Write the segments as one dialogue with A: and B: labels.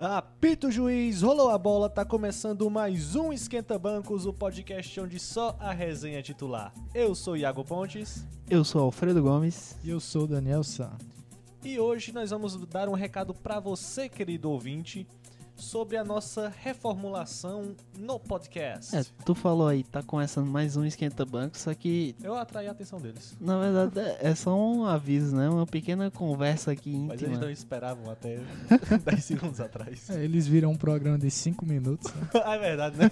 A: Apito juiz, rolou a bola, tá começando mais um Esquenta Bancos, o podcast onde só a resenha é titular. Eu sou Iago Pontes
B: Eu sou Alfredo Gomes.
C: E eu sou o Daniel San.
A: e hoje nós vamos dar um recado pra você, querido ouvinte, sobre a nossa reformulação no podcast.
B: É, tu falou aí, tá começando mais um Esquenta Banco, só que
A: Eu atraí a atenção deles,
B: na verdade é- é só um aviso, né? Uma pequena conversa aqui
A: mas eles não
B: íntima.
A: esperavam até 10 segundos atrás.
C: É, eles viram um programa de 5 minutos. né?
A: Ah, é verdade, né?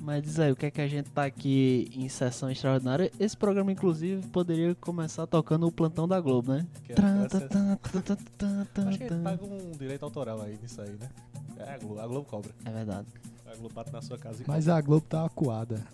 B: Mas diz aí, o que é que a gente tá aqui em sessão extraordinária? Esse programa, inclusive, poderia começar tocando o plantão da Globo, né?
A: Que é-
B: Tran,
A: essa-
B: tan, tan, tan, tan, tan, tan,
A: Acho que ele
B: tan.
A: paga um direito autoral aí nisso aí, né? É, a Globo, a Globo cobra.
B: É verdade.
A: A Globo bate na sua casa e
C: Mas a Globo tá acuada.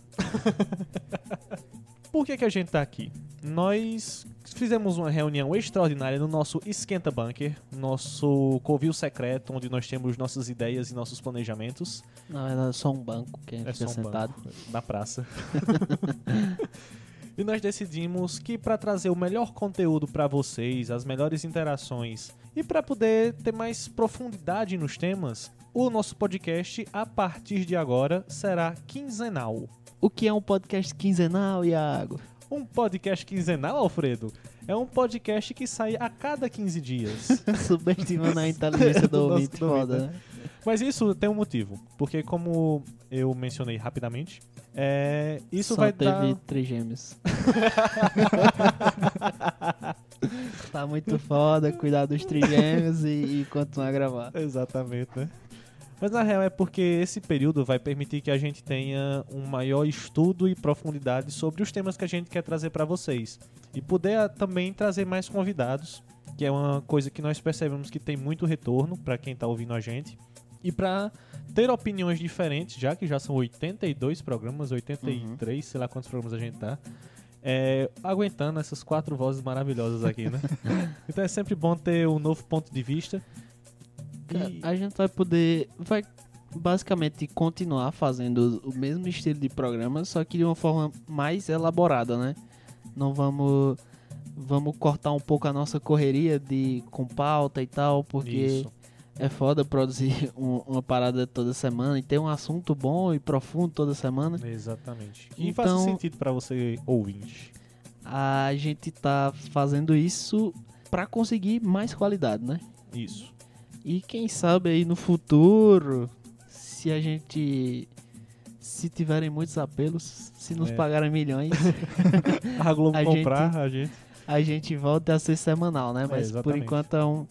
A: Por que, que a gente tá aqui? Nós fizemos uma reunião extraordinária no nosso Esquenta Bunker, nosso covil secreto, onde nós temos nossas ideias e nossos planejamentos
B: Na verdade, é só um banco que a gente
A: É
B: fica
A: só um
B: sentado.
A: na praça. e nós decidimos que para trazer o melhor conteúdo para vocês, as melhores interações e para poder ter mais profundidade nos temas, o nosso podcast a partir de agora será quinzenal.
B: O que é um podcast quinzenal, Iago?
A: Um podcast quinzenal, Alfredo? É um podcast que sai a cada 15 dias.
B: Subestimando a inteligência do
A: Do nosso
B: ouvinte,
A: ouvinte,
B: foda, né?
A: Mas isso tem um motivo. Porque, como eu mencionei rapidamente, é, isso
B: Só
A: vai
B: teve
A: dar.
B: trigêmeos. tá muito foda cuidar dos trigêmeos e, e continuar a gravar.
A: Exatamente, né? Mas na real é porque esse período vai permitir que a gente tenha um maior estudo e profundidade sobre os temas que a gente quer trazer para vocês. E poder ah, também trazer mais convidados, que é uma coisa que nós percebemos que tem muito retorno para quem tá ouvindo a gente. E para ter opiniões diferentes, já que já são 82 programas, 83, sei lá quantos programas a gente tá. é, aguentando essas quatro vozes maravilhosas aqui, né? então é sempre bom ter um novo ponto de vista.
B: Cara,
A: E-
B: A gente vai poder. Vai basicamente continuar fazendo o mesmo estilo de programa, só que de uma forma mais elaborada, né? Não vamos. Vamos cortar um pouco a nossa correria de com pauta e tal, porque
A: Isso.
B: é foda produzir um- uma parada toda semana e ter um assunto bom e profundo toda semana.
A: Exatamente. E
B: né? Então-
A: faça sentido pra você ouvinte.
B: a gente tá fazendo isso pra conseguir mais qualidade, né?
A: Isso.
B: E quem sabe aí no futuro, se a gente se tiverem muitos apelos, se nos
A: É.
B: pagarem milhões,
A: A Globo
B: A gente-
A: comprar, a gente.
B: a gente volta a ser semanal, né? Mas por
A: exatamente.
B: enquanto é um-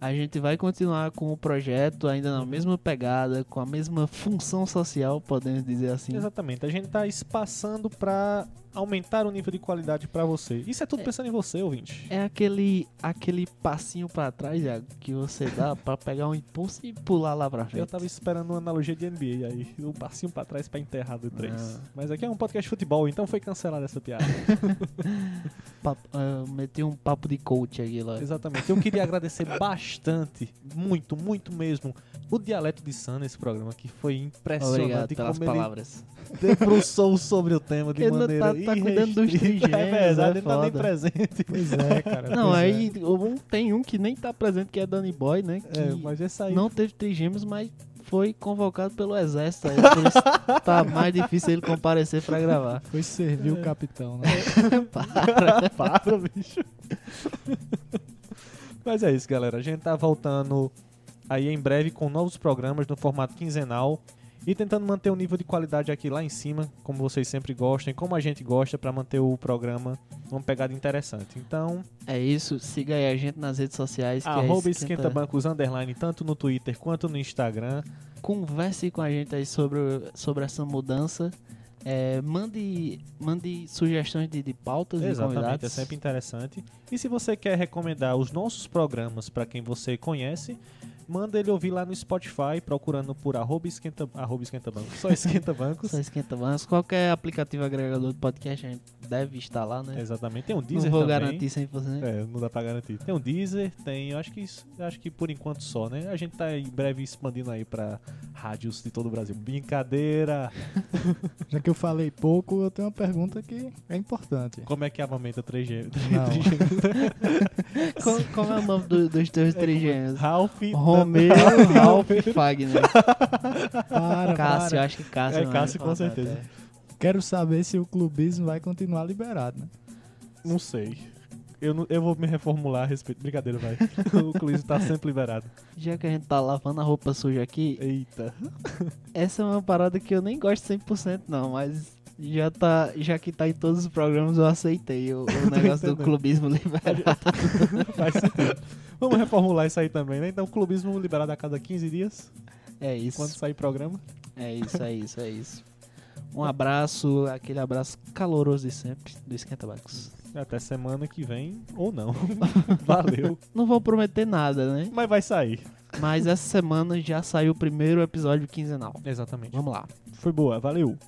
B: a gente vai continuar com o projeto ainda
A: Uhum.
B: na mesma pegada, com a mesma função social, podemos dizer assim.
A: Exatamente. A gente tá espaçando pra aumentar o nível de qualidade pra você. Isso é tudo pensando em você, ouvinte.
B: É aquele aquele passinho pra trás Iago, que você dá pra pegar um impulso e pular lá pra frente.
A: Eu tava esperando uma analogia de NBA aí, um passinho pra trás pra enterrar do 3.
B: Ah.
A: Mas aqui é um podcast de futebol, então foi cancelada essa piada.
B: Papo, ah, meti um papo de coach aqui lá.
A: Exatamente. Eu queria agradecer bastante, muito, muito mesmo, o dialeto de Sam nesse programa, que foi impressionante
B: Obrigado pelas
A: como ele
B: palavras.
A: debruçou sobre o tema de
B: Ele não
A: maneira
B: tá- tá cuidando dos
A: irrestrita. É
B: trigêmeos,
A: verdade,
B: é
A: ele não tá nem
B: foda.
A: presente.
C: Pois é, cara.
B: Não,
C: pois
B: aí um, tem um que nem tá presente, que é Danny Boy, né? Que
A: É, mas essa aí
B: não teve trigêmeos, mas foi convocado pelo exército. Aí, por isso tá mais difícil ele comparecer pra gravar.
C: É. Foi servir o capitão, né?
A: para, bicho. mas é isso, galera. A gente tá voltando aí em breve com novos programas no formato quinzenal e tentando manter o nível de qualidade aqui lá em cima, como vocês sempre gostam, e como a gente gosta, pra manter o programa numa pegada interessante. Então,
B: É isso, siga aí a gente nas redes sociais. Que
A: arroba
B: é
A: esquenta bancos underline, tanto no Twitter quanto no Instagram.
B: Converse com a gente aí sobre, sobre essa mudança. É, mande, mande sugestões de, de pautas e
A: Exatamente,
B: convidados.
A: é sempre interessante. E se você quer recomendar os nossos programas para quem você conhece, manda ele ouvir lá no Spotify, procurando por arroba esquenta, arroba esquenta bancos, só esquenta bancos.
B: Só esquenta bancos. Qualquer aplicativo agregador de podcast, a gente deve estar lá, né?
A: Exatamente. Tem um
B: Não
A: Deezer
B: vou
A: também.
B: garantir 100%.
A: É, não dá pra garantir. Tem um Deezer, tem, eu acho que isso- eu acho que por enquanto só, né? A gente tá em breve expandindo aí pra rádios de todo o Brasil. Brincadeira!
C: Já que eu falei pouco, eu tenho uma pergunta que é importante.
A: Como é que amamenta 3G?
C: Não.
B: Qual, qual é o nome do- dos teus três gêmeos?
A: Ralph.
B: Romeu, Ralph e Fagner.
C: Para,
B: Cássio,
C: para.
B: eu acho que Cássio.
A: É,
B: né?
A: Cássio, com
B: Ah, tá,
A: certeza.
B: tá.
C: Quero saber se o clubismo vai continuar liberado, né?
A: Não sei. Eu, não- eu vou me reformular a respeito. Brincadeira, vai. o Cluiz tá sempre liberado.
B: Já que a gente tá lavando a roupa suja aqui,
A: Eita.
B: essa é uma parada que eu nem gosto 100% não, mas já tá, já que tá em todos os programas, eu aceitei o, o negócio do
A: entendendo.
B: clubismo liberado.
A: Faz sentido. Vamos reformular isso aí também, né? Então, clubismo liberado a cada 15 dias,
B: É isso.
A: quando sair programa.
B: É isso, é isso, é isso. Um abraço, aquele abraço caloroso de sempre do Esquenta Barcos.
A: Até semana que vem, ou não. Valeu.
B: Não vou prometer nada, né?
A: Mas vai sair.
B: Mas essa semana já saiu o primeiro episódio quinzenal.
A: Exatamente.
B: Vamos lá.
A: Foi boa, valeu.